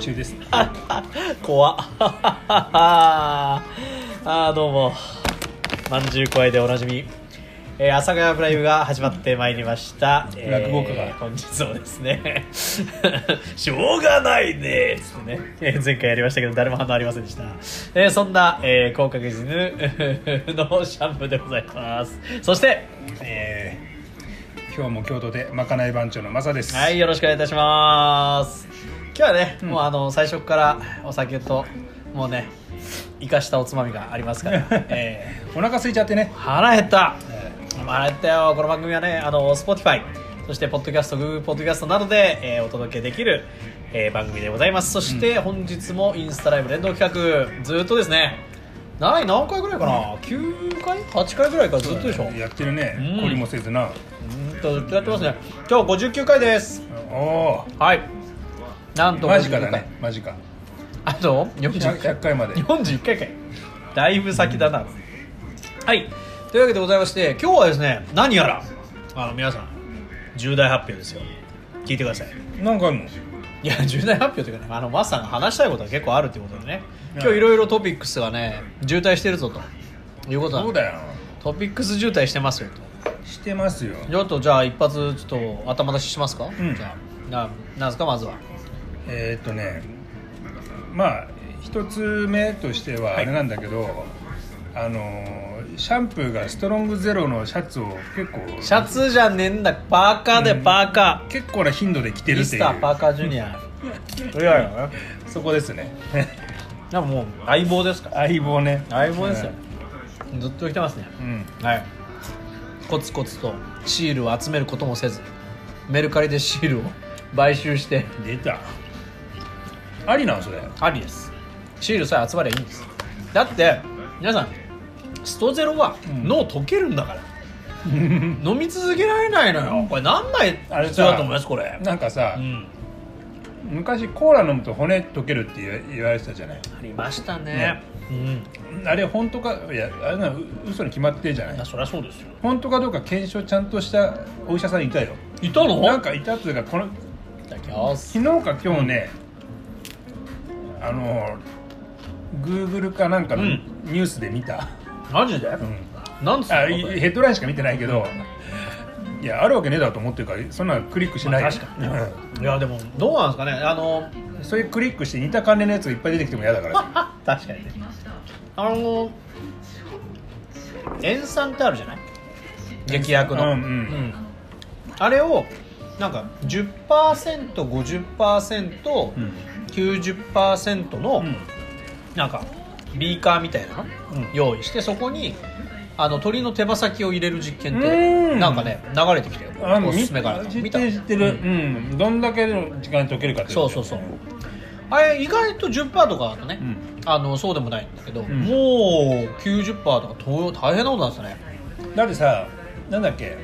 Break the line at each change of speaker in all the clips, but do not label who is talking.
中です
怖っ あーどうもまんじゅう怖いでおなじみ、えー、阿佐ヶ谷プライムが始まってまいりました、えー
落語家が
本日もですね しょうがないねっつってね、えー前回やりましたけど誰も反応ありませんでした、えーそんな、えー、広角ジヌの シャンプーでございますそして、え
今日も京都でまかない番長のマサです
ーはいよろしくお願いいたします今日はね、
ん
もうあの最初からお酒ともうね生かしたおつまみがあります から、えー
お腹空いちゃってね
腹減った
え
腹減ったよこの番組はねあの Spotify そしてポッドキャスト Google ポッドキャストなどで、えーお届けできる、えー番組でございますそして本日もインスタライブ連動企画ずっとですねない何回ぐらいかな9回8回ぐらいからずっとでしょ
やって
う
るね
ん
懲りもせずな
うんとずっとやってますね今日59回です
お
はいなん
お
と
マジか
59
だ
回
ねマジか
あと40
100,
回
回まで
41回かいだいぶ先だな、はいというわけでございまして今日はですね何やらあの皆さん重大発表ですよ聞いてください
何回も
いや重大発表というかねあのマスさんが話したいことが結構あるということでね
うん
今日いろいろトピックスがね渋滞してるぞということなん
そ
で
うだよ
トピックス渋滞してますよと
してますよ
ちょっとじゃあ一発ちょっと頭出ししますか、
ん
じゃあななんですかまずは
えー、っとねまあ一つ目としてはあれなんだけど、あのーシャンプーがストロングゼロのシャツを結構
シャツじゃねえんだパーカーでパーカー、
結構な頻度で着てる
ミ
って
ス
いう
ターパーカージュニアいやいや
そこですね
でももう 相棒ですから
相棒ね
相棒ですよ、ずっと来てますね
うん
はいコツコツとシールを集めることもせずメルカリでシールを買収して
出たありなんそれ
ありですシールさえ集まりゃいいんですだって皆さんストゼロは
うん
脳溶けるんだ から、飲み続けられないのよこれ何枚
あれさ
必要だと思いますこれ
なんかさ、
うん
昔コーラ飲むと骨溶けるって言わ言われてたじゃない
ありましたね
ね
うん
あれ本当かいやあれなのう嘘に決まってるじゃない
いやそりゃそうですよ
本当かどうか検証ちゃんとしたお医者さんいたよ
いたの
なんかいたっていうかこの
いただきます
昨日か今日ね、あのグーグルかなんかの
うん
ニュースで見た、
マジで、
うん
なんつうの
あいヘッドラインしか見てないけど、いやあるわけねえだろうと思ってるからそんなのクリックしない、
まあ確かに
うん
いやでもどうなんですかねあ の
そういうクリックして似た関連のやつがいっぱい出てきても嫌だから
あ確かにねあの塩酸ってあるじゃない劇薬の、
うんうん
あれをなんか 10%50%90%
うん
の
うん
なんかビーカーみたいなの
うん
用意してそこにあの鳥の手羽先を入れる実験っ
う
て
ん
なんかね流れてきたよ
あ
おすすめから
知っ
見
て
た
る知ってる、
うん
うんどんだけの時間に溶けるかってい
そうそうそうあれ意外と10%とかだとね、
うん
あのそうでもないんだけど、
ん
もう90%とかと大変なことなんですね
だってさなんだっけ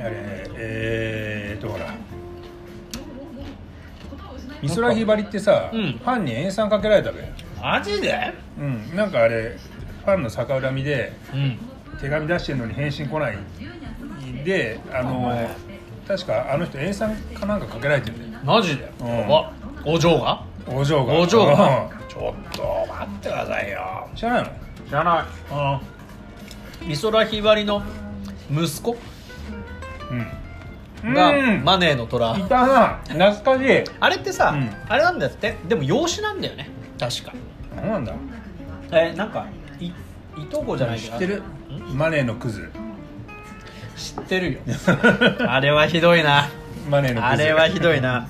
あれえー、っとほら美空ひばりってさ、
うん
ファンに塩酸かけられたべ
マジで
うんなんかあれファンの逆恨みで
うん
手紙出してるのに返信来ないであ
お前
の確かあの人塩酸かなんかかけられてるんだよ
マジで、
うん
わお嬢が
お嬢が
お嬢が
うん
ちょっと待ってくださいよ
知らないの
知らないあ美空ひばりの息子
うん
が、
うん
マネーの虎
いたな懐かしい
あれってさ、
うん
あれなんだってでも養子なんだよね確か
何なんだ
えなんかいいとこじゃないけ
知
ど
ってるマネーのクズ
知って るよあれはひどいな
マネーのクズ
あれはひどい な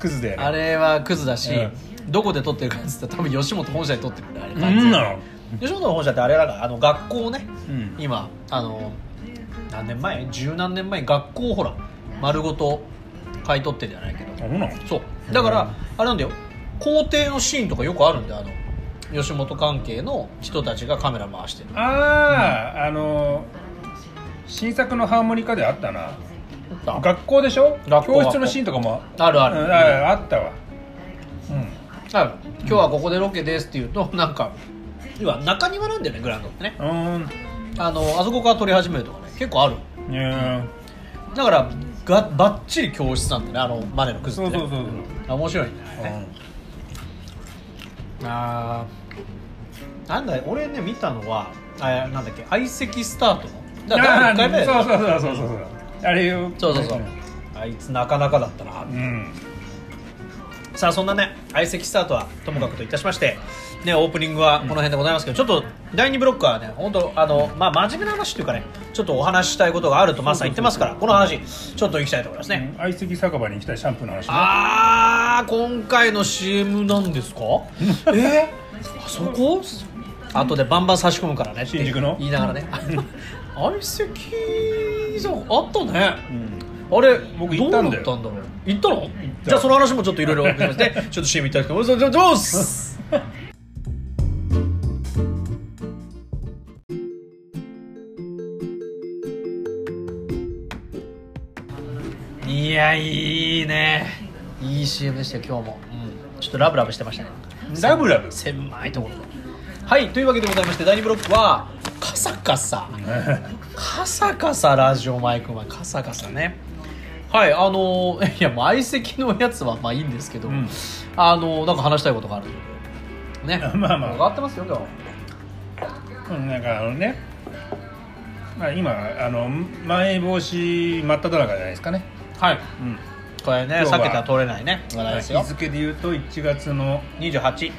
クズだよね
あれはクズだし、
うん
どこで撮ってるかっつったら多分吉本本社で撮ってるんだよあれ完
う
全
ん
に
なの
吉本の本社ってあれだからあの学校をね、
うん
今あの何年前十何年前に学校をほら丸ごと買い取ってるじゃないけど
そうなの
そうだから、あれなんだよ校庭のシーンとかよくあるんだよあの吉本関係の人たちがカメラ回してる
あああの新作のハーモニカであったな
あ
学校でしょ
学校
教室のシーンとかも
あるある
うんああったわ
あ今日はここでロケですって言うとなんか要は中庭なんだよねグラウンドってね
うんうん
あのあそこから撮り始めるとかね結構ある
いや
だからがばっちり教室なんだねあのマネのクズっ
そ
て、
う
ね、
そうそうそう、
あ面白いね
うん
あーなんだ俺ね見たのはあなんだっけ相席スタートのだから
あ
第1回目だよ
そうそうそうそうそうそうあれよ
そうそうそうあいつなかなかだったな
うん
さあそんなね相席スタートはともかくといたしましてねオープニングはこの辺でございますけど、ちょっと第2ブロックはね本当あのまあ真面目な話というかねちょっとお話ししたいことがあるとマスさん言ってますからこの話ちょっといきたいと思いますね、
うん相席酒場に行きたいシャンプーの話ね
ああ今回の CM なんですかえあそこあとでバンバン差し込むからねって
新宿の
言いながらね相席さんあったね
うん
あれ
僕行ったんだよ
どうなったんだろう行ったの
た
じゃあその話もちょっといろいろお伺いしてちょっと CM いただきたいと思いますいやいいねいい CM でしたよ今日も、ちょっとラブラブしてましたね
ラブラブ
狭いところはいというわけでございまして第2ブロックはカサカサカサカサラジオマイクマンカサカサねはいあの ーいやもう相席のやつはまあいいんですけど、
うん
あのーなんか話したいことがあるね
まあまあ
上がってますよ今日
うんなんかあのねまあ今あのまん延防止真っ只中じゃないですかね、
はい
うん、
これね
今日は
避けては通れないね話題ですよ
日付で言うと1月の、
28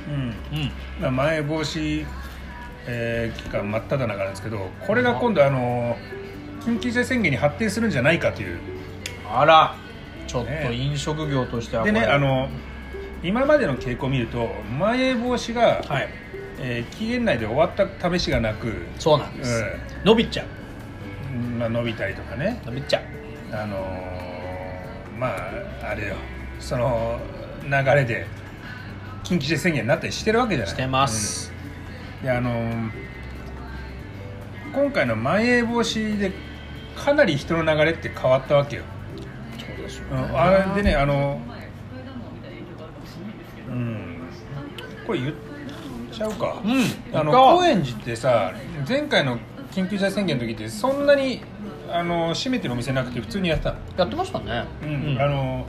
うん
うん
まあ、まん延防止、えー期間真っ只中なんですけどこれが今度あの緊急事態宣言に発展するんじゃないかという
あらちょっと
ね
飲食業としては
でね
これ
あの今までの傾向を見るとまん延防止が、
はい
えー期限内で終わった試しがなく、
そうなんです、伸びちゃう
うんまあ、伸びたりとかね
伸びちゃう
あのーまああれよその流れで緊急事態宣言になったりしてるわけじゃない
してま、す、
うんであのー今回のまん延防止でかなり人の流れって変わったわけよ、
そうですよ
うん、あれでねあのうんこれ言っちゃうか、
うん
あの
行こう
高円寺ってさ前回の緊急事態宣言の時ってそんなにあの閉めてるお店なくて普通にやってたの
やってましたね
うんあの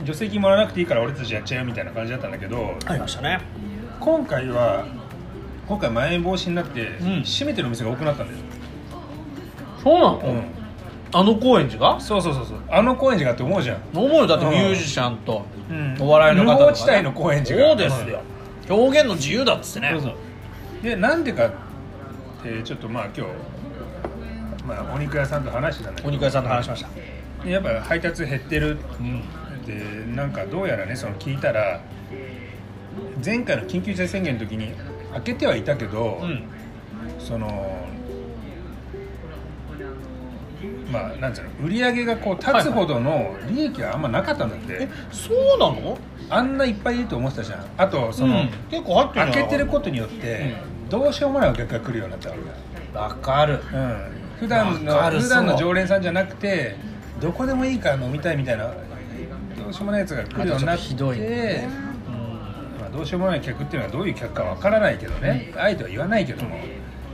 助成金もらわなくていいから俺たちやっちゃうよみたいな感じだったんだけど
ありましたね
今回は今回まん延防止になって、
ん
閉めてるお店が多くなったんだよ、
そうなの、
うん
あの高円寺が
そうそうそうそうあの高円寺がって思うじゃん
思うよだって
うん
ミュージシャンと
うん
お笑いの方とか、
無法地帯の高円寺が
そうですよ表現の自由だっつってね
そうそうでなんでかってちょっとまあ今日、まあ、お肉屋さんと話してたんだけど
お肉屋さんと話しました
でやっぱ配達減ってる
うん
でなんかどうやらねその聞いたら前回の緊急事態宣言の時に開けてはいたけど、
うん
そのまあなんつうの売り上げがこう立つほどの利益はあんまなかったんだって、
えそうなの
あんないっぱいいると思ってたじゃんあとその、
うん結構入ってる
開けてることによってどうしようもないお客が来るようになったわけだ
とわかる
うん普段
わか
の
る
普段
そ
の
う
常連さんじゃなくてどこでもいいから飲みたいみたいなどうしようもないやつが来るように
あとちょっと
なって
ひどいね
まあ、どうしようもない客っていうのはどういう客かわからないけどね、あえては言わないけども、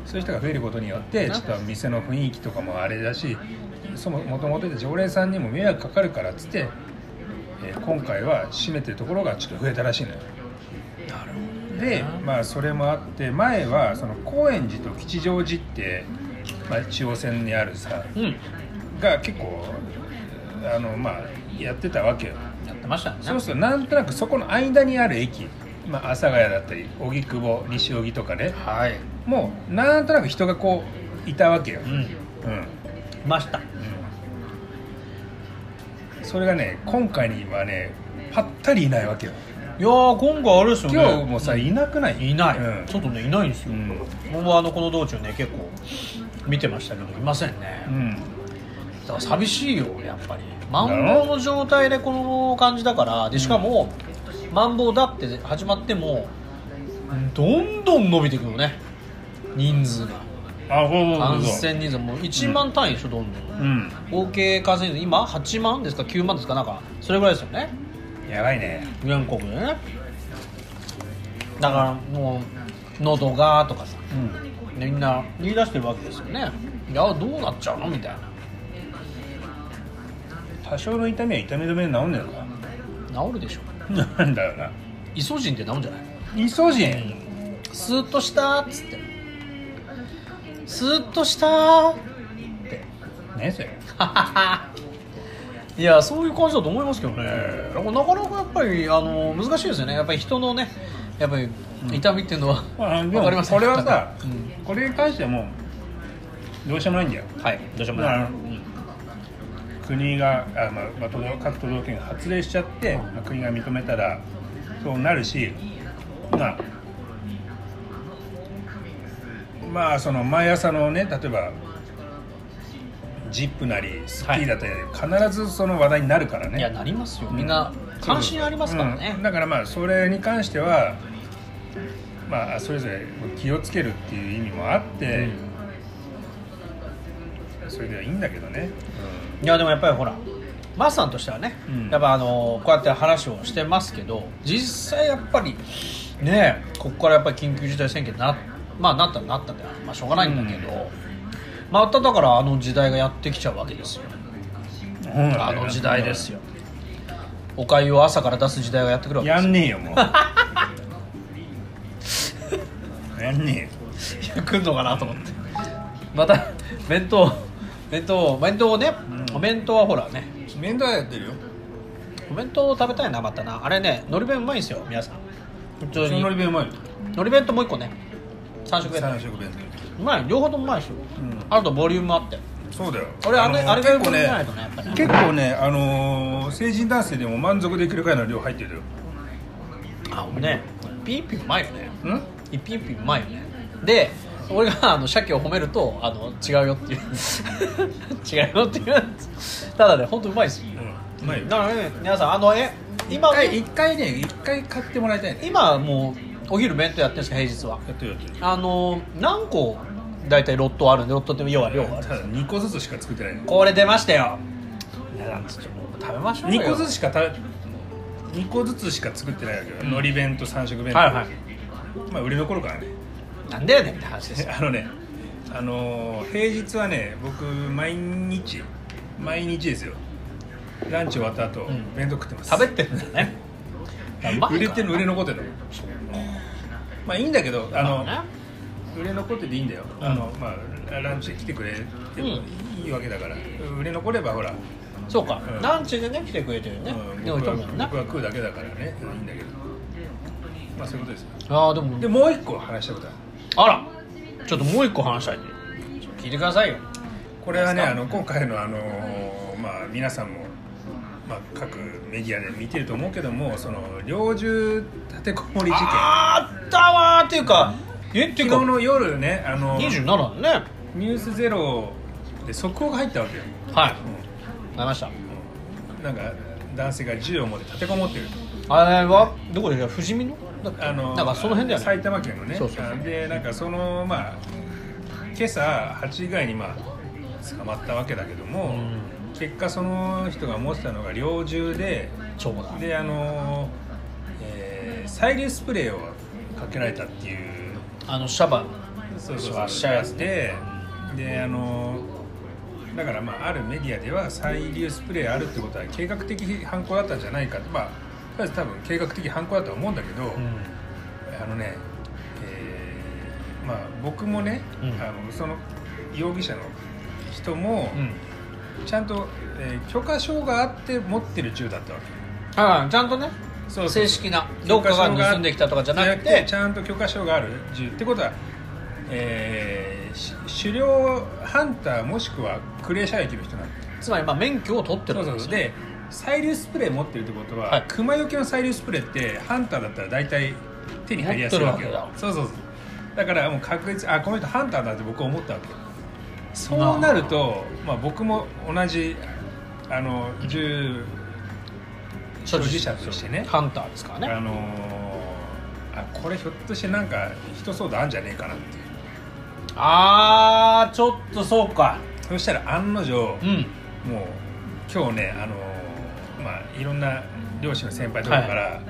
そういう人が増えることによってちょっと店の雰囲気とかもあれだしそももともといた常連さんにも迷惑かかるからっつって、えー今回は閉めてるところがちょっと増えたらしいのよ。
なる
でまあそれもあって前はその高円寺と吉祥寺って、まあ、中央線にあるさ
ほどうん
が結構あのまあやってたわけよ
やってましたね
そうするとなんとなくそこの間にある駅、まあ、阿佐ヶ谷だったり荻窪西荻とかね
はい
もうなんとなく人がこういたわけよ、
う
うん
いました
うんそれがね今回にはねぱったりいないわけよ
いやー今回あれですよね
今日もさ、いなくない
いない、
うん
ちょっとねいないんですよ、
うん
僕はあのこの道中ね結構見てましたけどいませんね、
うん
だから寂しいよやっぱりマンボウの状態でこの感じだからでしかも、マンボウだって始まってもどんどん伸びていくよね人数が
あそう
感
そうそう
染人数もう1万単位でしょどんどん
うん
合計感染人数今8万ですか9万ですかなんかそれぐらいですよね
やばいね
全国でねだからもう喉がとかさ
うん
みんな言い出してるわけですよねいやどうなっちゃうのみたいな
多少の痛みは痛み止めで治んね
治るでしょ
えのかなんだよな
イソジンって治るんじゃない
イソジン
スーッとしたっつってスーッとしたって
ねそれ
いやそういう感じだと思いますけどねなかなかやっぱりあの難しいですよねやっぱり人のねやっぱり痛みっていうのは、
まあで
わかり
も
ます
これはさ、
うん
これに関してはもうどうしようもないんだよ
はいどうしようもない、
ま
う
あ
ん
国があ、まあまあ都道各都道府県が発令しちゃって、まあ国が認めたらそうなるしまあまあその毎朝のね例えば「ジップなり「スッキリ」だったり、必ずその話題になるからね
いやなりますよ
うん
みんな関心ありますからね、
うんだからまあそれに関してはまあそれぞれ気をつけるっていう意味もあって、それではいいんだけどね、
いやでもやっぱりほらマスさんとしてはね、
うん
やっぱあのこうやって話をしてますけど実際やっぱりねここからやっぱり緊急事態宣言なまあなったらなったで、まあ、しょうがないんだけど、まただからあの時代がやってきちゃうわけですよ
うん
あの時代ですよおかゆを朝から出す時代がやってくるわけ
や
で
んねえ よもうやんね
すよいや来んのかなと思ってまた弁当弁当弁当をね、
うん
お弁当はほらね
えよ面倒やってるよ
お弁当を食べたいなまたなあれねのり弁うまいんですよ皆さん普
そ
通に
のり弁うまいよ
のり弁ともう一個ね三色弁
三食弁
うまい両方ともうまいですよ、
うん
あとボリュームあって
当そうだよ
俺あれあれが
結構ね
うまいとねやっぱね
結構ねあのー成人男性でも満足できるくらいの量入ってるよ
あ俺ねピーピーうまいよね
うん
一品一品うまいよねで俺があの鮭を褒めるとあの違うよっていう 違うよっていうただね本当うまいですよ、
うまいよ
だからね皆さんあのえ今
一回ね一回買ってもらいたいね
今もうお昼弁当やってるんですか平日は
やってるやってる
あの何個大体ロットあるんでロットって要は量がある
ただ2個ずつしか作ってない
これ出ましたよいやなんつって食べましょうよ
2個ずつしかた二個ずつしか作ってないわけよ海苔弁と三色弁と
はいはい
まあ売れ残るからね
なんだよねんって話ですよ
あのねあのー平日はね僕毎日毎日ですよランチ終わった後、
ん
弁当食ってます
食べてるんだね
売れてる売れ残ってるまあいいんだけどあ
あ
の、
のね
売れ残ってていいんだよ、あのまあランチ来てくれてもいいわけだから、売れ残ればほら
そうか、
うん
ランチでね来てくれてるね、
うん
でも
僕
人
は
もね
僕は食うだけだからねいいんだけどまあそういうことですよ
ああでも
でもう一個話したことある
あらちょっともう一個話したいんで聞いてくださいよ
これはね
何
あの今回のあのーまあ皆さんもまあ各メディアで見てると思うけどもその猟銃立てこもり事件
あーったわーっていうかえっていう
昨日
か
の夜ねあの
27だね
ニュースゼロで速報が入ったわけよ、
はい
うん
なりました
なんか男性が銃を持って立てこもってる
あれはどこで富士見のだっけ
あの
なんかその辺だよね
埼玉県のね
そうそうそう
でなんかそのまあ今朝8時ぐらいにまあ捕まったわけだけども、結果その人が持ってたのが猟銃で
そうだ
であの、えー、催涙スプレーをかけられたっていう
あのシャバ
そう
シュワッシャーやつ
でであのだからまああるメディアでは催涙スプレーあるってことは計画的犯行だったんじゃないかとまあとりあえず多分計画的犯行だとは思うんだけど、あのね、えーまあ僕もね、
うん
あのその容疑者の人も、
うん
ちゃんと、えー許可証があって持ってる銃だったわけ
ああちゃんとね
そうそう
正式などっかが盗んできたとかじゃなくて
ちゃんと許可証がある銃ってことは、えーし狩猟ハンターもしくはクレー射撃の人なんだ
つまりまあ免許を取ってる
そ
わ
う
け
そう
で
そ
す
う
よ
で催涙スプレー持ってるってことは、
はい
熊よけの催涙スプレーってハンターだったら大体手に入りやすいわけよ
持ってるわけだ
そうそうそうだからもう確実あこの人ハンターだって僕は思ったわけそうなると、まあ、僕も同じあの銃所持者としてね
ハンターですからね
あのーあこれひょっとしてなんか人相談あんじゃねえかなっていう
あーちょっとそうか
そしたら案の定、
うん
もう今日ねあのーまあいろんな漁師の先輩とかから、あの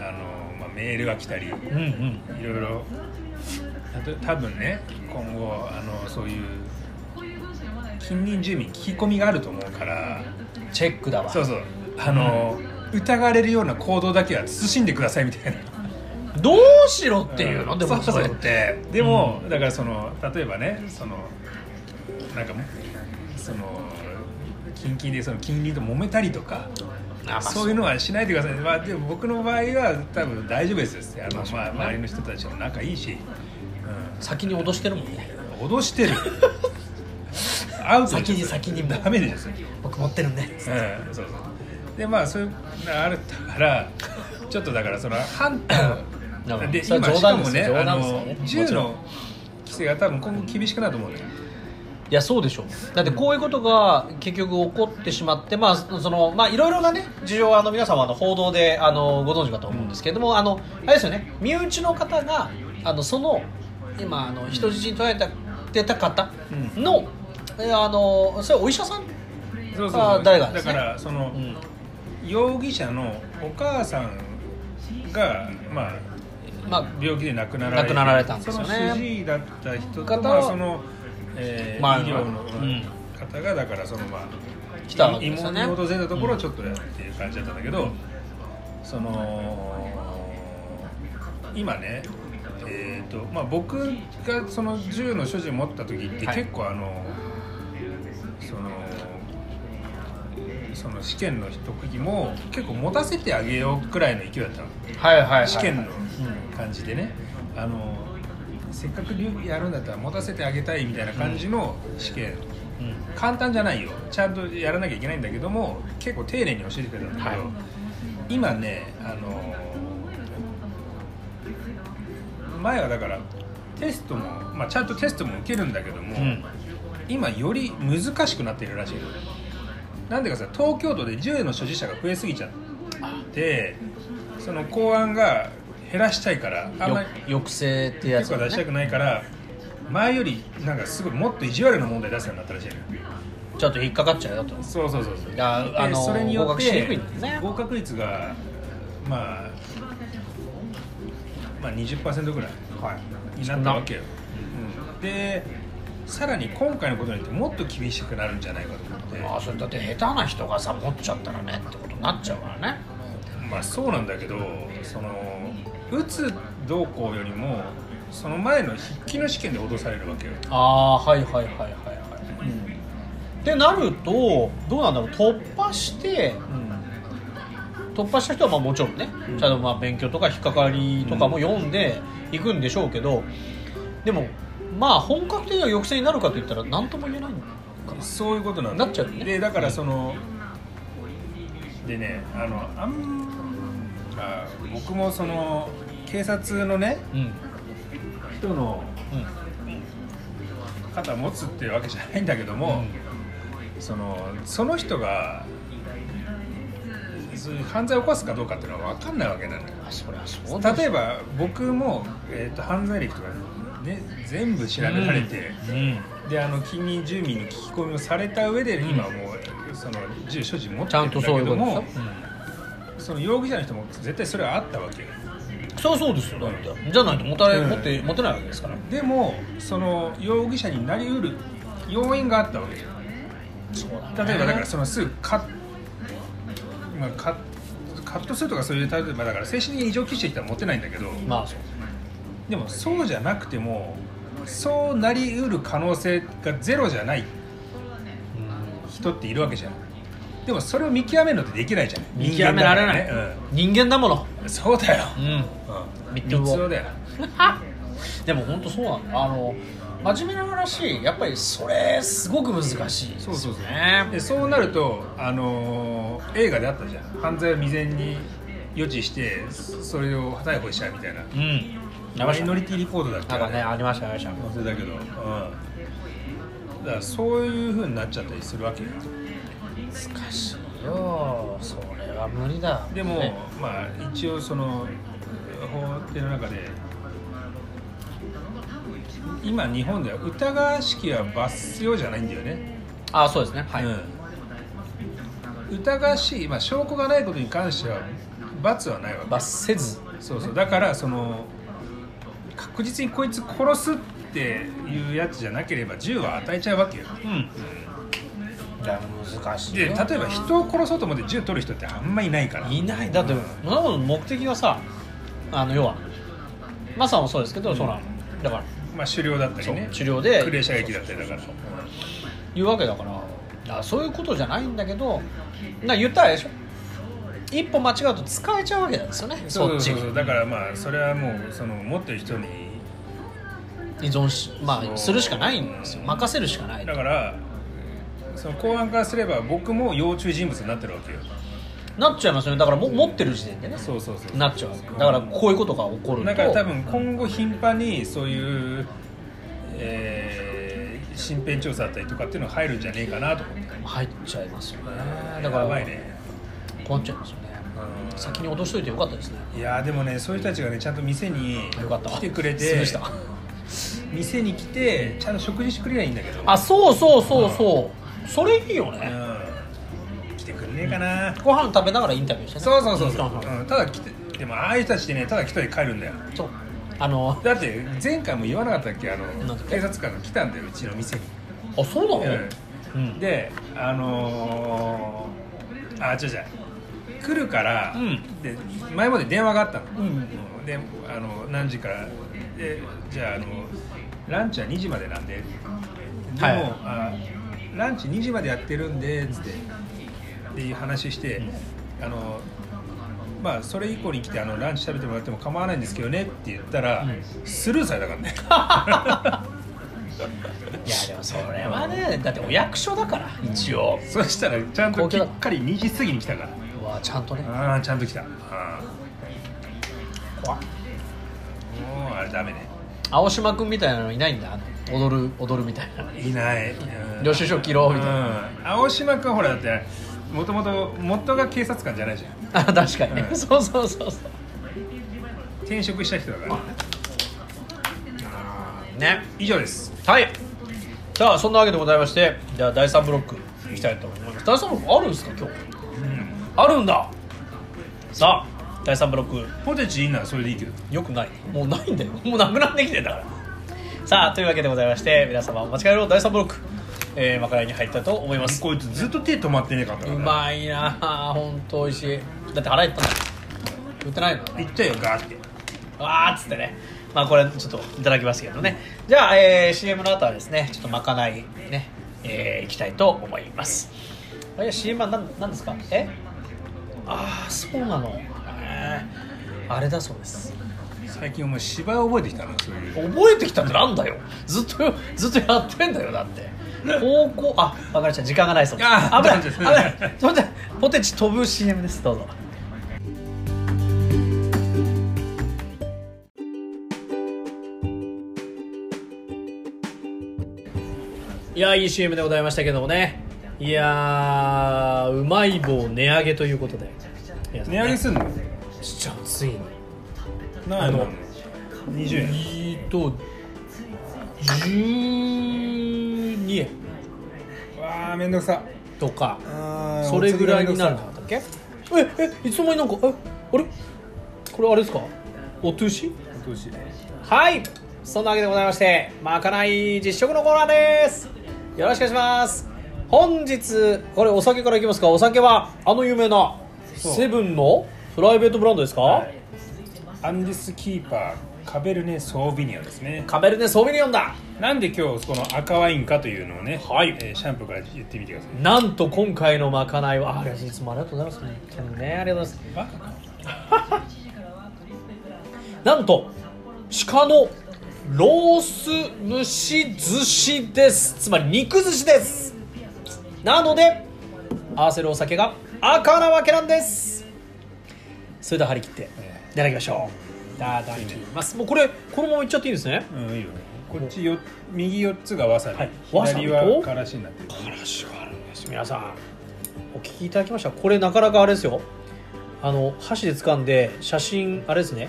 ーまあ、メールが来たりい
うんうん
ろいろたと多分ね今後あのそういう近隣住民聞き込みがあると思うから
チェックだわ
そうそうあの、疑われるような行動だけは慎んでくださいみたいな
どうしろっていうの、でも
そう
そ
そう
れ
そ
っ
う
て
でも、だからその例えばねそのなんかその近々でその近隣と揉めたりとか
あまあ
そういうのはしないでください、まあ、でも僕の場合は多分大丈夫ですよあの、まあ、周りの人たちも仲いいし、
先に脅してるもんね
うん、脅し てるアウト
先に先に
ダメですよ、
僕持ってるんで
うん、そうそうでまあそういうのがあるからちょっとだからその判断で
それ
今
は冗
しか
談で
も
す
ね
よ冗
あ
談ですよね
の
もちろん
銃の規制が多分今後厳しくなると思うんだよ
いやそうでしょうだってこういうことが結局起こってしまってまあそのまあいろいろなね事情はあの皆さんはあの報道であのご存知かと思うんですけれども、あのあれですよね身内の方があのその今あの人質に取られた出た方の、えあのそれはお医者さん
そうそう
あ
そう
誰がで
だ
すね
からその、
うん
容疑者のお母さんがまあ
まあ
病気で亡くなられ
亡く
て
なられたんですよね
その主治医だった人
方は
と、まあ、その、えー
まあ
医療の
うん
方がだからそのまあ
来たわけですよね
慰問に訪れたところちょっとやっていう感じだったんだけど、その今ねえーとまあ、僕がその銃の所持を持った時って
はい
結構あの、そのその試験の時も結構持たせてあげようくらいの勢いだったの。
はいはい、はい、
試験の感じでね、あのせっかくやるんだったら持たせてあげたいみたいな感じの試験、
うん
簡単じゃないよちゃんとやらなきゃいけないんだけども結構丁寧に教えてくれたんだけど、
はい
今ねあの前はだからテストも、まあ、ちゃんとテストも受けるんだけども、
うん
今より難しくなってるらしいのなんでかさ東京都で銃の所持者が増えすぎちゃってその公安が減らしたいからあんまり
よ抑制ってや
結
つ
構
だ
は出した
ね
くないから前よりなんかすごいもっと意地悪な問題出すようになったらしいの
ちょっと引っかかっちゃうよと
そうそうそうそう
いやあ
で
の
それによ
合
っ
格しにくい
て
んですね
合格率がまあまあ20%ぐらいになったわけよ、うんでさらに今回のことによってもっと厳しくなるんじゃないかと思って
ああそれだって下手な人がさ持っちゃったらねってことになっちゃうからね
まあそうなんだけどその打つ動向よりもその前の筆記の試験で脅されるわけよ
ああーはいはいはいはいはい、ってなるとどうなんだろう突破して突破した人はまあもちろんね、
うん
ちゃんとまあ勉強とか引っかかりとかも読んでいくんでしょうけど、でもまあ本格的な抑制になるかといったら何とも言えないんだ
そういうことなん
なっちゃうよね
でだからそのでねあのあんあ僕もその警察のね
うんうん
人の肩を持つっていうわけじゃないんだけども、そのその人がそういう犯罪を犯すかどうかっていうのは分かんないわけなのよ
あそりゃそうだ
例えば僕も、えー、と犯罪歴とか、ね、全部調べられて、
うん
であの近隣住民に聞き込みをされた上で今もうその銃所持持って
ちゃ
るん
ん
だけ
とそういうこ
ど
とでしょ
も、その容疑者の人も絶対それはあったわけよ
うんそうそうですよだってじゃないと持たれ
うん
持って持てないわけですから
でもその容疑者になりうる要因があったわけよ
そうだね
例えばだからそのすぐカッ,、まあ、カッカットするとかそういう例えばだから精神的に異常気質って人は持てないんだけど
まあそう
でもそうじゃなくてもそうなりうる可能性がゼロじゃない人っているわけじゃんでもそれを見極めるのってできないじゃん
見極められない
人間だからね
人間だもの
うん、そうだよ、
うん
うん、
三
三
つ子
つ男だよ
でも本当そうなんだあの真面目な話やっぱりそれすごく難しいですよね
でそうなると、あのー映画であったじゃん犯罪を未然に予知してそれを逮捕しちゃうみたいな
うん
マイノリティリポートだっけ
なんかね
あ
ありましたありました
れ忘れたけど、うん、だからそういうふうになっちゃったりするわけよ
難しいよそれは無理だ
でも、
ね
まあ一応その法廷の中で今日本では疑わしきは罰すようじゃないんだよね
あそうですねはい、
うん疑わしい、まあ、証拠がないことに関しては罰はないわけ
罰せず
そうそうだからその確実にこいつ殺すっっていうやつじゃなければ銃は与えちゃうわけよ
うん
じゃあ難しい
で例えば人を殺そうと思って銃取る人ってあんまいないから
いないだってそんなこと目的がさあの要はマサもそうですけど、そうなのだから
まあ狩猟だったりね
そう狩猟で
クレー射撃だったりだから
言うわけだからだからそういうことじゃないんだけどな言ったらあれでしょ一歩間違うと使えちゃうわけなんですよね
そう
そっち
そう
に
そうだからまあそれはもうその持ってる人に
依存しま
そ
あ
う
するしかないんですよ任せるしかない
だからその公安からすれば僕も要注意人物になってるわけよ
なっちゃいますよねだからも持ってる時点でね
そうそうそう
なっちゃうわけだからこういうことが起こると
だから多分今後頻繁にそういう、えー、身辺調査だったりとかっていうのが入るんじゃねえかなと思って
入っちゃいますよねだ
だ
か
かららやばいね
困っちゃいますよね先に落としといてよかったですね
いやーでもねそういう人たちがねちゃんと店に
よかった
来てくれ
すぐ
て
した
店に来てちゃんと食事してくれりゃいいんだけど
あそうそうそうそうそれいいよね
うん来てくんねえかな、
ご飯食べながらインタビューしてね
そうそうそうそ
ん
う、うん、ただ来てでもああいう人たちってねただ一人で帰るんだよ
そうあの
だって前回も言わなかったっけあの
なんだっけ
警察官が来たんだようちの店に、
あそうなの、
うん、であのー、あ違う違う来るから、
うん
で前まで電話があったの、
うん
であの何時からでじゃああのランチは2時までなんででも、
はい
あランチ2時までやってるんでつってっていう話して、あのまあそれ以降に来てあのランチ食べてもらっても構わないんですけどねって言ったら、スルーされたからね
いやでもそれはねだってお役所だから一応
そしたらちゃんと
高
き
級
っ
だ
かり2時過ぎに来たか
うわちゃんとね
らああちゃんと来たああ
怖っ
もうあれダメね
青島君みたいなのいないんだあの踊る踊るみたいない
ない、うん
領収書切ろうみたいな
うん、青島君ほらだってもともと元が警察官じゃないじゃん
あ確かにね、
うん
そうそうそうそ
転職した人だから、ね、
うね
以上です
はいさあそんなわけでございましてじゃあ第3ブロックいきたいと思います第3ブロックあるんですか今日あるんださあ第3ブロック
ポテチいいならそれでいいけど
よくないもうないんだよもうなくなってきてんだからさあというわけでございまして皆様お間違えろ第3ブロック、えー、まかないに入ったいと思います
こいつずっと手止まってねえかったか
う
ら
まいなあほんとおいしいだって腹いっぱいだ売ってないの
いったよガーって
わーっつってねまあこれちょっといただきますけどねじゃあ、えー、CM の後はですねちょっとまかないねえー、いきたいと思いますあれ CM は何何ですかえああそうなのえーあれだそうです
最近お前芝居覚えてきたなそういう
覚えてきたってなんだよずっとずっとやってんだよだって高校あ分かりました時間がないそうです
あー
危ない
大丈夫です
危ないすいませんポテチ飛ぶ CM ですどうぞいやーいい CM でございましたけどもねいやーうまい棒値上げということで値
値上げすんの
しちゃうついに
な
あ
あ
の
の20円
えーと12円
わあめんどくさ
とか
あー
それぐらいになるん
お
だ
釣
ったっけええいつの間になんかえあれこれあれですかお通し
りがめんどくさどうしよ
はいそんなわけでございましてまかない実食のコーナーですよろしくお願いします本日これお酒からいきますかお酒はあの有名な
そう
セブンのプライベートブランドですか、
うアンデスキーパーカベルネ・ソービニアンですね
カベルネ・ソービニョンだ
なんで今日この赤ワインかというのをね、
はい
えーシャンプーから言ってみてください
なんと今回のまかないはあいつもありがとうございます本当にねありがとうございます
バカか
なんと鹿のロース蒸し寿司ですつまり肉寿司ですなので合わせるお酒が赤なわけなんですそれでは張り切っていただきましょういただきますもうこれこのままいっちゃっていいんですね
うんいいよねこっちよ右4つがわさび、
はいわさび
左
と
はからしになってる
話があるんです皆さんお聞きいただきましたこれなかなかあれですよあの箸で掴んで写真あれですね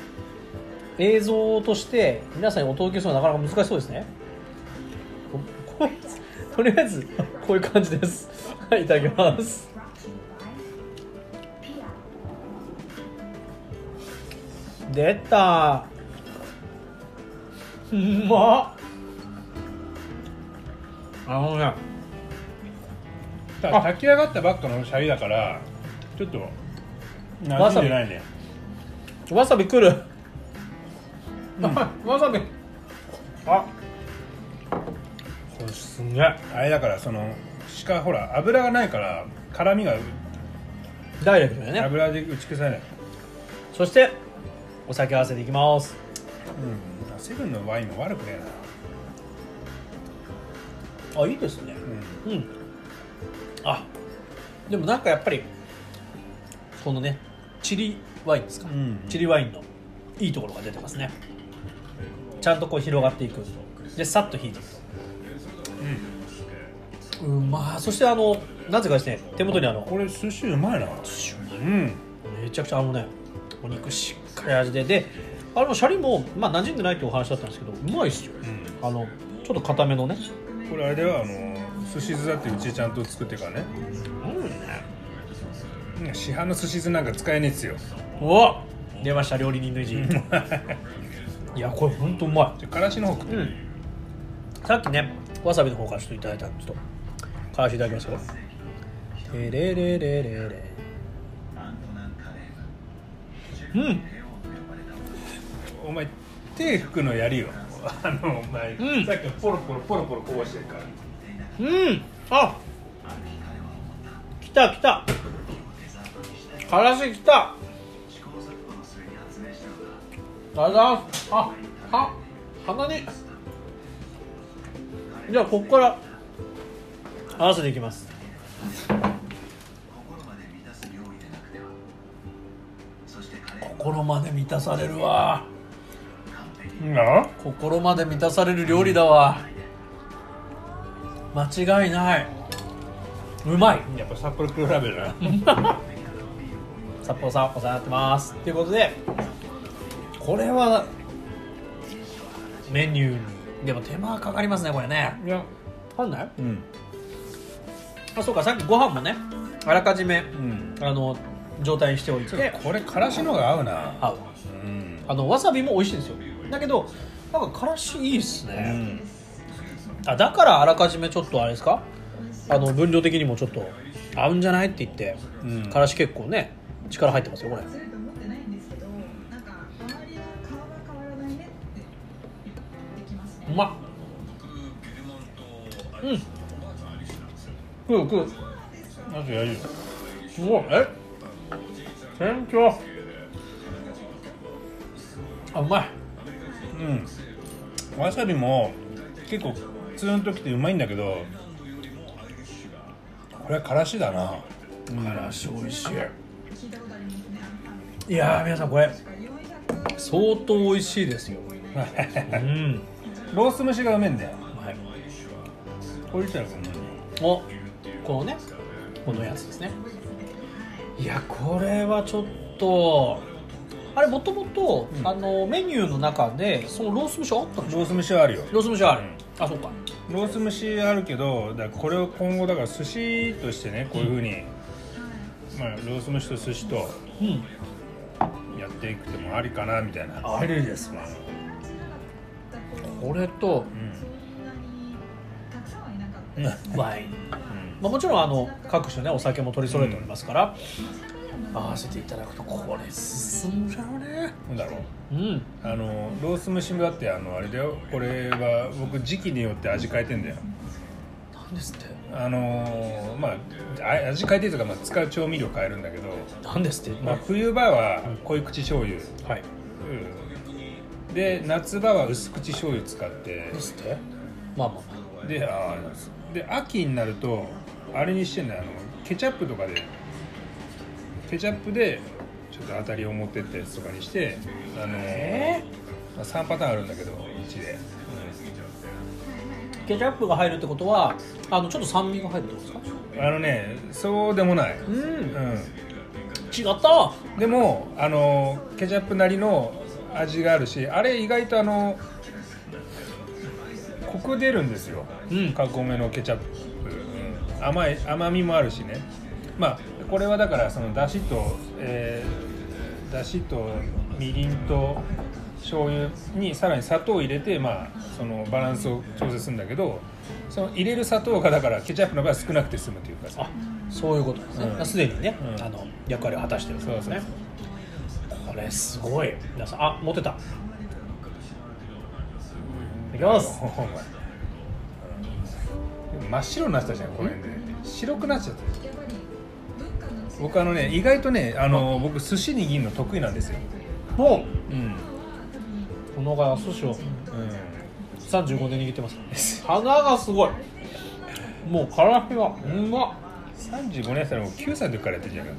映像として皆さんにお届けするのはなかなか難しそうですねこ ことりあえずこういう感じですはいいただきます出たうまっ
あのね
ただ炊き上がったばっかのシャリだからちょっと馴染んでないね
わさびくる、
うん
あわさび
あこれすんげえ
あれだからその鹿ほら油がないから辛みが
ダイレクトだよね
油で打ち消されない、
そしてお酒合わせていきます
うん、セブンのワインも悪くねえな
あいいですね
うん
うんあでもなんかやっぱりこのねチリワインですか、
うん
チリワインのいいところが出てますねちゃんとこう広がっていくでさっと引いていくうん、まあそしてあのなぜかですね手元にあの
これ寿司うまいなうん
めちゃくちゃあのねお肉しっかり味でであのシャリも、まあ、馴染んでないってお話だったんですけどうまいっすよ、あのちょっと固めのね
これあれではあの寿司酢だってうちちゃんと作ってからね
うんね
うん市販の寿司酢なんか使えねえっすよ
お出ました料理人の意地 いやこれほんとうま
じゃあからしの方食
い、うん、さっきねわさびの方からちょっといただいたんですけどからしいただきますよてれれれれれうん
お前手拭くのやりよあのお前、
うん
さっきポロポロポロポロこぼしてるから
うんあ来た来たからし来たありがとうございますあは鼻にじゃあここから合わせていきます心まで満たされるわ
な
心まで満たされる料理だわ間違いないうまい
やっぱ札幌黒ラベルだな
札幌さんお世話になってますということでこれはメニューにでも手間かかりますねこれね
いや
かんない
うん
あそうかさっきご飯もねあらかじめ
うん
あの状態にしておい
ちょっ
て
とこれからしの方が合うな
合う
うん
あのわさびも美味しいんですよだけどなんかからしいいっす
う
ね、
ん
あだからあらかじめちょっとあれですかあの分量的にもちょっと合うんじゃないって言って、
うん
からし結構ね力入ってますよこれ
すると思ってないんですけど、なんか周りは顔が変わらないねって言ってきますね。
うまっうんくるくる
あとやるよ
すごいえ店長あうまい
うんわさびも結構ツーンときてうまいんだけどこれからしだなからし美味しい
聞いたことありますね。
いやー皆さんこれ
あの400
相当美味しいです ようん
ロース蒸しがうめえんだよ
うまい
これじゃう
おこのねこのやつですねいやこれはちょっとあれもともと
うん
あのメニューの中でそのロース飯あったんでしょ
ロース蒸しはあるよ
ロース飯ある、あそうか
ロース蒸しあるけどだからこれを今後だから寿司としてねこういうふうに、まあ、ロース蒸しと寿司と
うん
やっていくてもありかなみたいな
ありですね
だと
これと
うん
そんなにたくさんはいなかった。
ワイン、まあ、もちろんあの各種ねお酒も取り揃えておりますから、合わせていただくとこれ進むじゃうね
うんだろう
うん
あのロース蒸しだってあのあれだよこれは僕時期によって味変えてんだよ
なんですって
あのーまああ味変えてというか、まあ、使う調味料変えるんだけど、
なんですって、
まあ、冬場は濃い口醤油、
はい
うんで夏場は薄口醤油使って
ですってまあまあ
であーで秋になるとあれにしてんだよあのケチャップとかでケチャップでちょっと当たりを持ってったやつとかにしてあのー、
え
まあ、3パターンあるんだけど1で、
ーケチャップが入るってことはあのちょっと酸味が入るってことですか
あのねそうでもない、
う
うんん、
違った
でもあのケチャップなりの味があるしあれ意外とあのコク出るんですよ
うん
かっこめのケチャップ、うん甘い甘みもあるしねまあこれはだからそのだしと、えー、だしとみりんと醤油にさらに砂糖を入れて、まあ、そのバランスを調整するんだけどその入れる砂糖がだからケチャップの場合は少なくて済むというかさ
あそういうことですね
うん
すで、にね、
うん
あの役割を果たしてる
そうそうそう
ねこれすごい皆さんあ持てたいただきます
お前うんでも真っ白になってたじゃんこの辺で白くなっちゃった
やっぱり文化の違い
僕あのね意外とねあの僕寿司握るの得意なんですよ
も
うん
うこのが寿司を
う
35年握ってます鼻がすごいもう辛みがうまっ
ん35年生の9歳の時からやってるじゃん
やっ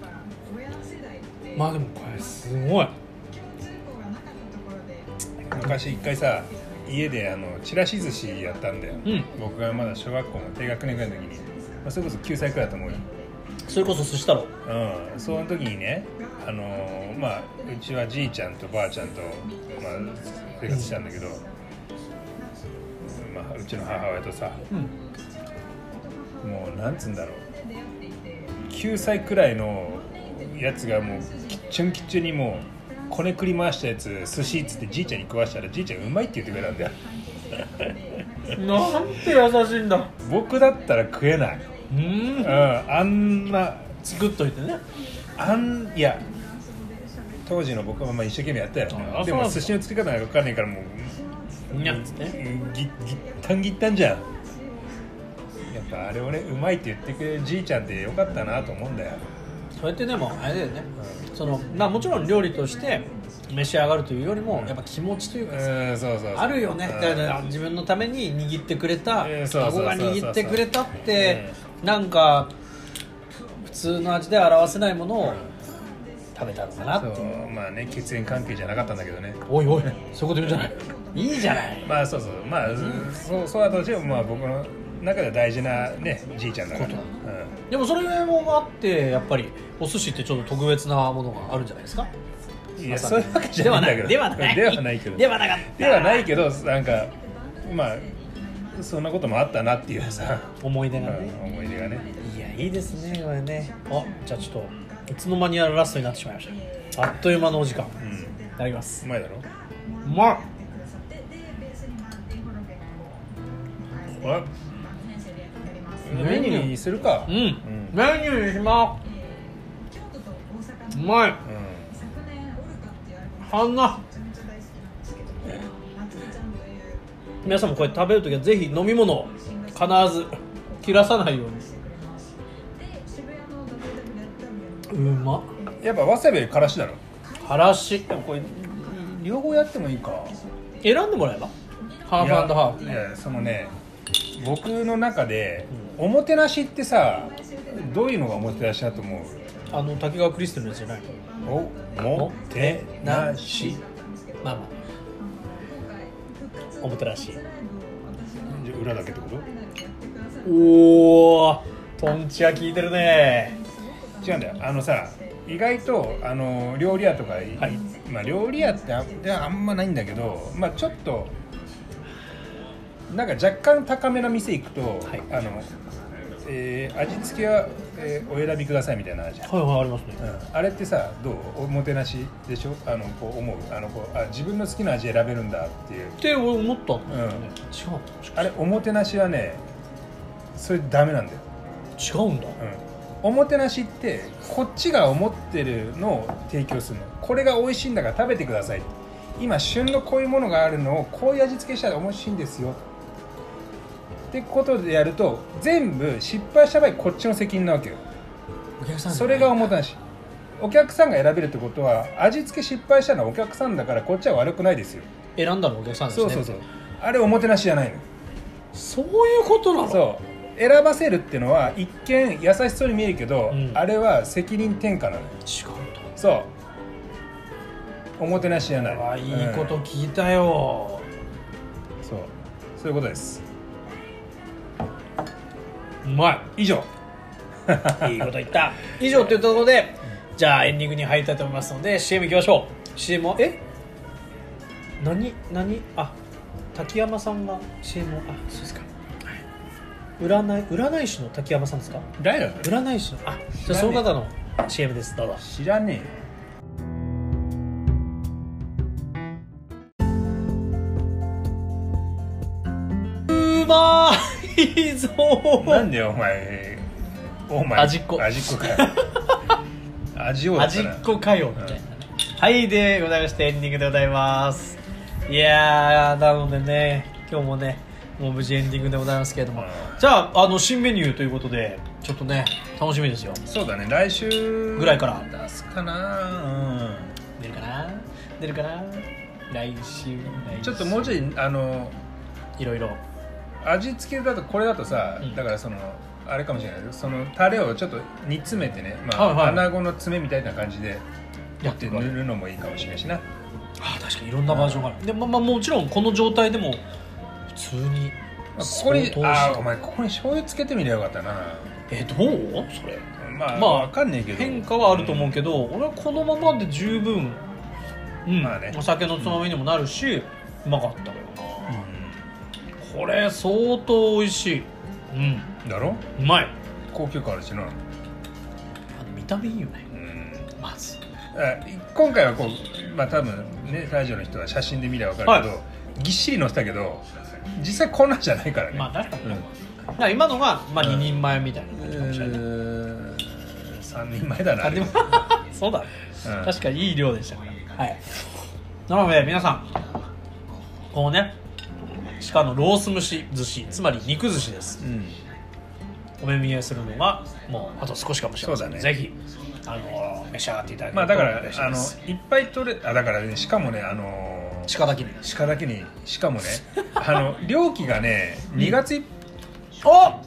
ぱ親の世代って
まあでもこれすごい
共通項がなかったところで
昔一回さ家であのちらし寿司やったんだよ、
うん
僕がまだ小学校の低学年ぐらいの時に、まあ、それこそ9歳くらいだと思うよ
それこそ寿司太郎
うん、その時にね、あのーまあ、うちはじいちゃんとばあちゃんと、まあ、生活したんだけど、まあ、うちの母親とさ
うん
もうなんつうんだろう9歳くらいのやつがもうキッチュンキッチュンにもうこねくり回したやつ寿司っつってじいちゃんに食わしたらじいちゃんうまいって言ってくれたんだよ
なんて優しいんだ
僕だったら食えない、
うん
うん、あんな
作っといてね
あんいや当時の僕はまあ一生懸命やった
あ
よでも
そう
寿司の作り方が分かんないからもう
にゃっつって
ぎぎったんぎったんじゃんやっぱあれをねうまいって言ってくれるじいちゃんってよかったなと思うんだよ
そうやってでもあれだよねそのなもちろん料理として召し上がるというよりもやっぱ気持ちという
う
かさ
んそうそうそう
あるよね
うん
だから自分のために握ってくれた
うんそうそうそ
顎
うそう
が握ってくれたってなんか普通の味で表せないものを食べたのかなって
そうまあね血縁関係じゃなかったんだけどね
おいおいそういうこと言うんじゃないいいじゃない
まあそうそうまあ、そうそうだとしてもまあ僕の中では大事なねじいちゃんだから
こと
うん
でもそれもあってやっぱりお寿司ってちょっと特別なものがあるんじゃないですか
いやそういうわけじ
では
ゃ
な
ないいんだけ
で
ど
はない
ではないけど
ではなかった
ではないけどなんかまあそんなこともあったなっていうさ、
思い出
うん
がね
思い出がね
いやいいですねこれねあじゃあちょっといつの間にやるラストになってしまいましたあっという間のお時間
うん
いただきます
うまいだろ
うまっ
あメニューにするか
うん、
うん、
メニューにしま
京都と大
すう
阪の
まい
昨年オルカっていうアルバムが
あんな
めちゃめちゃ大好きなんですけど、夏美ちゃんという
皆さんもこれ食べるときはぜひ飲み物を必ず切らさないよう
くれます。で、渋谷の WWW
にうまっ
うんやっぱわさびよりからしだろ
からし
でもこれ両方やってもいいか
選んでもらえばハーフハーフ
いやいやそのね僕の中でおもてなしってさどういうのがおもてなしだと思う
あの滝川クリステルのやつじゃないの
おもてなし
まあまあおもてなし
じゃあ裏だけってこと
おおトンチが効いてるね
違うんだよあのさ意外とあの料理屋とか、
はい
まあ、料理屋ってあではあんまないんだけど、まあ、ちょっとなんか若干高めの店行くと、
はい
あのえー味付けは、えーお選びくださいみたいなのあるじゃん、
はいはいありますね
うんあれってさどうおもてなしでしょあのこう思うあのこうあ自分の好きな味選べるんだっていう
って俺思ったんだよね、
う
違う
ん
のもしか
あれおもてなしはねそれダメなんだよ
して違うんだ
うんおもてなしってこっちが思ってるのを提供するのこれが美味しいんだから食べてください今旬のこういうものがあるのをこういう味付けしたら美味しいんですよってことでやると全部失敗した場合こっちの責任なわけよ
お客さん
それがおもてなしお客さんが選べるってことは味付け失敗したのはお客さんだからこっちは悪くないですよ
選んだのお客さんです
そ
ね
うそうそうあれおもてなしじゃないの
そういうことなの
そう選ばせるってのは一見優しそうに見えるけど、
うん
あれは責任転嫁なのよ
違うんだ
そうおもてなしじゃない
あいいこと
うん
聞いたよ、
そうそういうことです
うま
以上
いいいこと言 った以上というところでじゃあエンディングに入りたいと思いますので CM いきましょう CM をえ何何あ滝山さんが CM をあそうですかはい占い占い師の滝山さんですか
誰だっ
占い師のあじゃあその方の CM ですどうぞ
知らねえよ
内臓
なんでお前お前
味っ子
味っ子 かよ味をだから
味っ子かよみたいなね、はいでございましてエンディングでございますいやーなのでね今日もねもう無事エンディングでございますけれども、
うん
じゃああの新メニューということでちょっとね楽しみですよ
そうだね来週
ぐらいから
出すかな、う
出るかな出るかな来週来週
ん、ちょっともうちょいあの
いろいろ
味付けだとこれだとさ、
うん
だからそのあれかもしれないけどそのタレをちょっと煮詰めてね、ま
はいはい
あ、穴子の爪みたいな感じで
や
や
っ
ってて
る
塗るのもいいかもしれないしな
あー確かにいろんなバージョンがあるで、ままあ、もちろんこの状態でも普通に
まあここに
相当美味しい
あーお前ここに醤油つけてみりゃよかったな
えどうそれ
まあ、
ま
ま
あ
あ、わかんねえけど
変化はあると思うけど、俺はこのままで十分、うん
まあね
お酒のつまみにもなるし、うまかったよ
う
な、こ
ん
れ相当美味しいうん
だろ
うまい
高級感あるしな、
あの見た目いいよね
うん、
まず
あ今回はこうまあ多分ねラジオの人は写真で見りゃわかるけど、ぎっしり載せたけど実際こんなんじゃないからね、
まあ確かに、
うん
だから今のが、まあ、
うん
2人前みたいな
う
感じかもしれない、
ーん3人前だな
あでもそうだね、
うん
確かにいい量でしたからはいなので皆さんこのね鹿のロース蒸し寿司つまり肉寿司です
うん
お目見えするのがもうあと少しかもしれません、
そうだ
ぜ
ね
ひあの召し上がっていただけ
まあ
る
だ
と
から
嬉し
あ
いで
の
す
いっぱい取れあだからねしかもねあのー
鹿だけに
鹿だけに しかもねあの漁期がね2月い
あ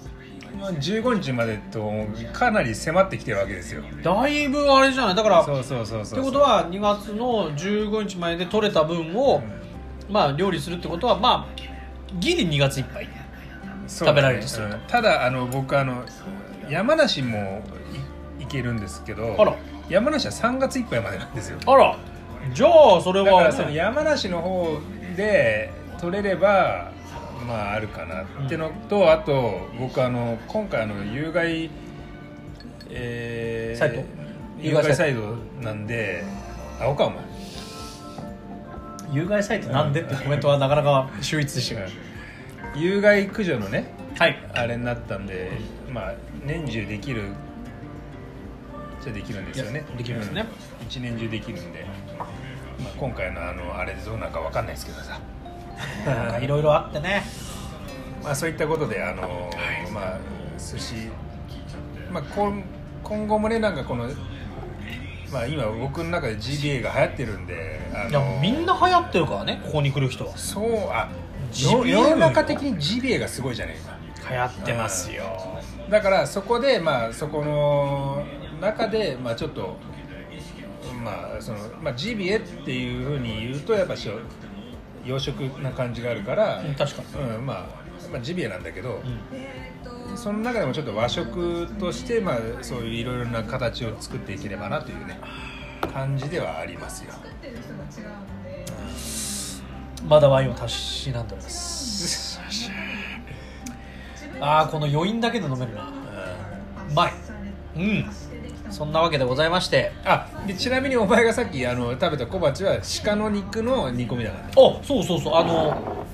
15日までとかなり迫ってきてるわけですよ
だいぶあれじゃないだから
そうそうそうそう
ってことは2月の15日までで取れた分を、まあ料理するってことはまあギリ2月いっぱい食べられるとすると
うんただあの僕あの山梨もい行けるんですけど
あら
山梨は3月いっぱいまでなんですよ
あらじゃあそれ
だから
は
その
ね
山梨の方で取れればまああるかなってのと、あと僕あの今回あの有害、え
サイト
有害サイドなんで青かお前
有害サイトなんでってコメントはなかなか秀逸でしたよ
有害駆除のね
はい
あれになったんでまあ年中できるじゃできるんですよね
いやできますね
うん一年中できるんで、まあ、今回のあのあれどうなんかわかんないですけど さ
なんかいろいろあってね
まあ、そういったことで、あのまあ、寿司、まあ、今今後もね、なんかこの、まあ、今、僕の中で GBA が流行ってるんで、あ
いやみんな流行ってるからねここに来る人は
そう、あ
GBA
世世の中的に GBA がすごいじゃないか。
流行ってますよ
だからそこで、まあ、そこの中で、まあ、ちょっと、まあそのまあ、GBA っていうふうに言うとやっぱしょ洋食な感じがあるから、
うん確か
うんまあまあ、ジビエなんだけど、その中でもちょっと和食として、まあ、そういういろいろな形を作っていければなというね感じではありますよ。
作ってる人が違うので。
まだワインをたしなんでおりますああこの余韻だけで飲めるなうまいうんそんなわけでございまして
あでちなみにお前がさっきあの食べた小鉢は鹿の肉の煮込みだからね。
あそうそうそうあの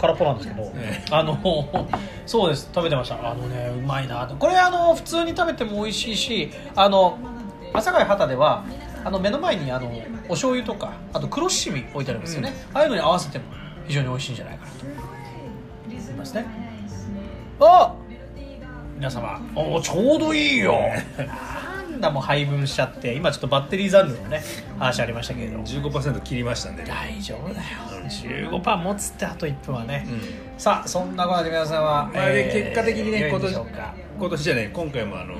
空っぽなんですけど、
ええ
あの そうです食べてましたあのねうまいなとこれあの普通に食べても美味しいしあの朝霞畑ではあの目の前にあのお醤油とかあと黒七味置いてありますよね、ああいうのに合わせても非常に美味しいんじゃないかなと思いますねあ皆様おーちょうどいい よなんだもう配分しちゃって今ちょっとバッテリー残量のね話ありましたけれども
15%切りましたんで、
大丈夫だよ15%持つってあと1分はね、
うん
さあそんなことで皆さんは、
まあで結果的にね
良いん
今
で
年
しょうか
今年じゃない今回もあの、
う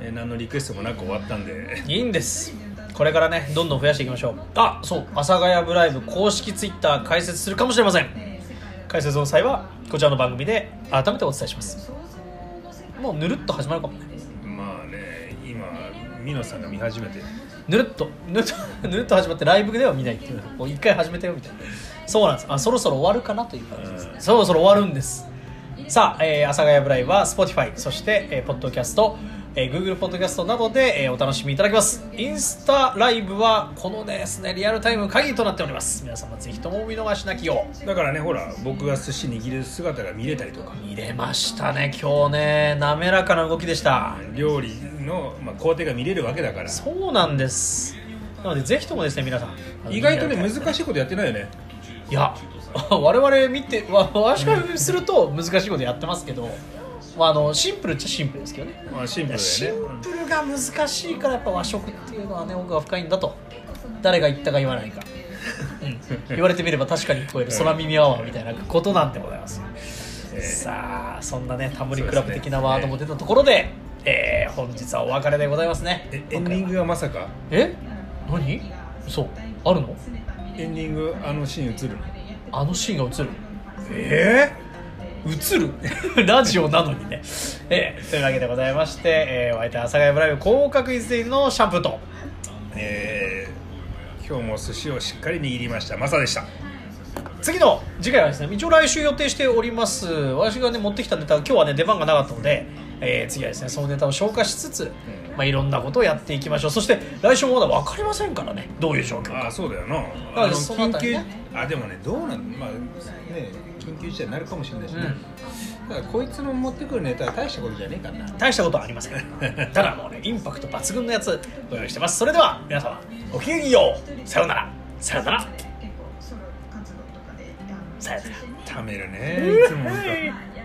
えー何のリクエストもなく終わったんで
んいいんですこれからねどんどん増やしていきましょうあそう「阿佐ヶ谷ブライブ」公式ツイッター開設するかもしれません解説の際はこちらの番組で改めてお伝えしますもうぬるっと始まるかもね
まあね今ミノさんが見始めて
ぬるっとぬるっと ぬるっと始まってライブでは見ないっていうもう一回始めたよみたいなそうなんですあそろそろ終わるかなという感じです、そろそろ終わるんですさあ、えー、阿佐ヶ谷ブライブは Spotify そして、えー、ポッドキャスト、えー Google ポッドキャストなどで、えーお楽しみいただけますインスタライブはこのですねリアルタイム会議となっております皆様ぜひともお見逃しなきよう
だからねほら僕が寿司握る姿が見れたりとか
見れましたね今日ね滑らかな動きでした
料理の、まあ、工程が見れるわけだから
そうなんですなのでぜひともですね皆さんあの
意外とね
リアルタイムで
難しいことやってないよね
いや 我々見てわ私からすると難しいことやってますけど、まあ、あのシンプルっちゃシンプルですけどね
まあシンプル
シ
だよね
ンプルが難しいからやっぱ和食っていうのはね奥が深いんだと誰が言ったか言わないか、 うん、言われてみれば確かに聞こえる空耳アワーみたいなことなんでございます、
えー
さあそんなねタモリクラブ的なワードも出たところでえー本日はお別れでございますね
えエンディングはまさか
え何そうあるの
エンディングあのシーン映るの
あのシーンが映る
え
映る ラジオなのにね、ええというわけでございまして、えー、お相手は阿佐ヶ谷ブライブ高確率的のシャンプーと
ー、えー今日も寿司をしっかり握りましたマサでした
次の次回はですね一応来週予定しております私がね持ってきたネタ今日はね出番がなかったので、えー次はですねそのネタを消化しつつ、まあ、いろんなことをやっていきましょうそして来週もまだ分かりませんからねどういう状況
ああ
か
そうだよな
ら
あの
そのあ
緊
たり
急
ね
あでもねどうなんまあね緊急事態になるかもしれないしね、ただこいつの持ってくるネタは大したことじゃねえからな
大したことはありま せんただもうねインパクト抜群のやつご用意してますそれでは皆様おきげんようさようならさようなら
結構ソロ活動とかであの
さようなら
ためるねいつも本当
まあ